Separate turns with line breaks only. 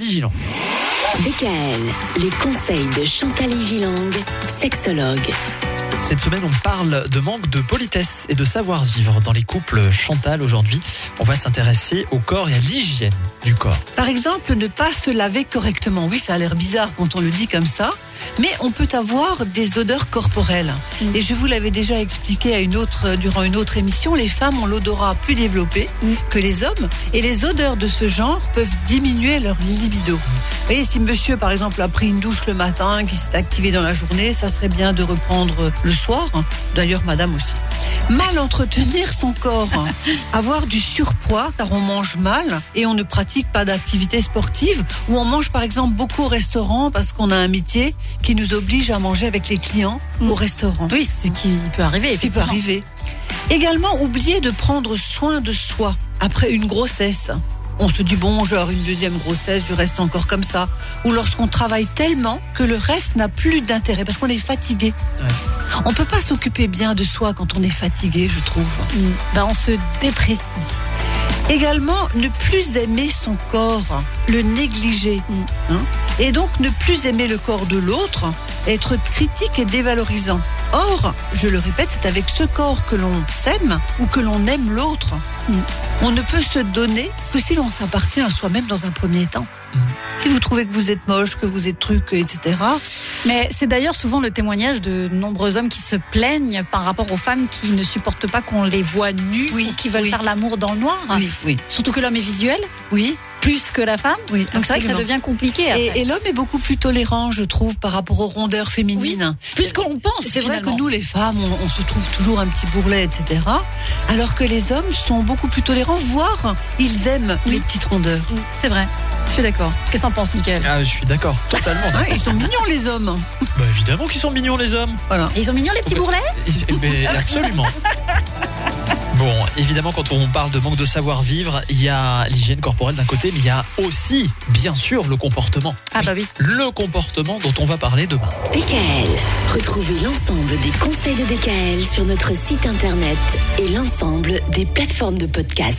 Digiland.
DKL, les conseils de Chantal Gilang, sexologue.
Cette semaine, on parle de manque de politesse et de savoir-vivre dans les couples. Chantal, aujourd'hui, on va s'intéresser au corps et à l'hygiène du corps.
Par exemple, ne pas se laver correctement. Oui, ça a l'air bizarre quand on le dit comme ça, mais on peut avoir des odeurs corporelles. Et je vous l'avais déjà expliqué à une autre, durant une autre émission, les femmes ont l'odorat plus développé que les hommes, et les odeurs de ce genre peuvent diminuer leur libido. Vous voyez, si monsieur, par exemple, a pris une douche le matin, qui s'est activé dans la journée, ça serait bien de reprendre le soir. D'ailleurs, madame aussi. Mal entretenir son corps, avoir du surpoids car on mange mal et on ne pratique pas d'activité sportive ou on mange par exemple beaucoup au restaurant parce qu'on a un métier qui nous oblige à manger avec les clients au restaurant.
Oui, c'est ce qui peut arriver.
Ce qui peut
effectivement.
arriver. Également, oublier de prendre soin de soi après une grossesse. On se dit, bon, genre une deuxième grossesse, je reste encore comme ça. Ou lorsqu'on travaille tellement que le reste n'a plus d'intérêt parce qu'on est fatigué.
Ouais.
On peut pas s'occuper bien de soi quand on est fatigué, je trouve.
Mm. Bah, on se déprécie.
Également, ne plus aimer son corps, le négliger.
Mm.
hein. et donc, ne plus aimer le corps de l'autre, être critique et dévalorisant. Or, je le répète, c'est avec ce corps que l'on s'aime ou que l'on aime l'autre.
Mm.
On ne peut se donner que si l'on s'appartient à soi-même dans un premier temps.
Mm.
Si vous trouvez que vous êtes moche, que vous êtes truc, etc.,
Mais c'est d'ailleurs souvent le témoignage de nombreux hommes qui se plaignent par rapport aux femmes qui ne supportent pas qu'on les voit nues
Oui,
ou qui veulent
oui.
faire l'amour dans le noir.
oui, oui,
Surtout que l'homme est visuel
oui,
plus que la femme.
oui.
Donc c'est vrai que ça
absolument.
devient compliqué. après.
Et, et l'homme est beaucoup plus tolérant, je trouve, par rapport aux rondeurs féminines.
plus qu'on pense.
C'est vrai que
finalement.
nous, les femmes, on, on se trouve toujours un petit bourrelet, etc. Alors que les hommes sont beaucoup plus tolérants, voire ils aiment les petites rondeurs.
Mm, C'est vrai. Je suis d'accord. Qu'est-ce que t'en penses, Mickaël
Ah, je suis d'accord, totalement.
Hein, ils sont mignons, les hommes.
bah, évidemment qu'ils sont mignons, les hommes.
Voilà.
Et Ils ont mignon les petits bourrelets
Et- mais absolument. Bon, évidemment, quand on parle de manque de savoir-vivre, il y a l'hygiène corporelle d'un côté, mais il y a aussi, bien sûr, le comportement.
Ah bah oui.
Le comportement dont on va parler demain.
DKL, retrouvez l'ensemble des conseils de DKL sur notre site internet et l'ensemble des plateformes de podcast.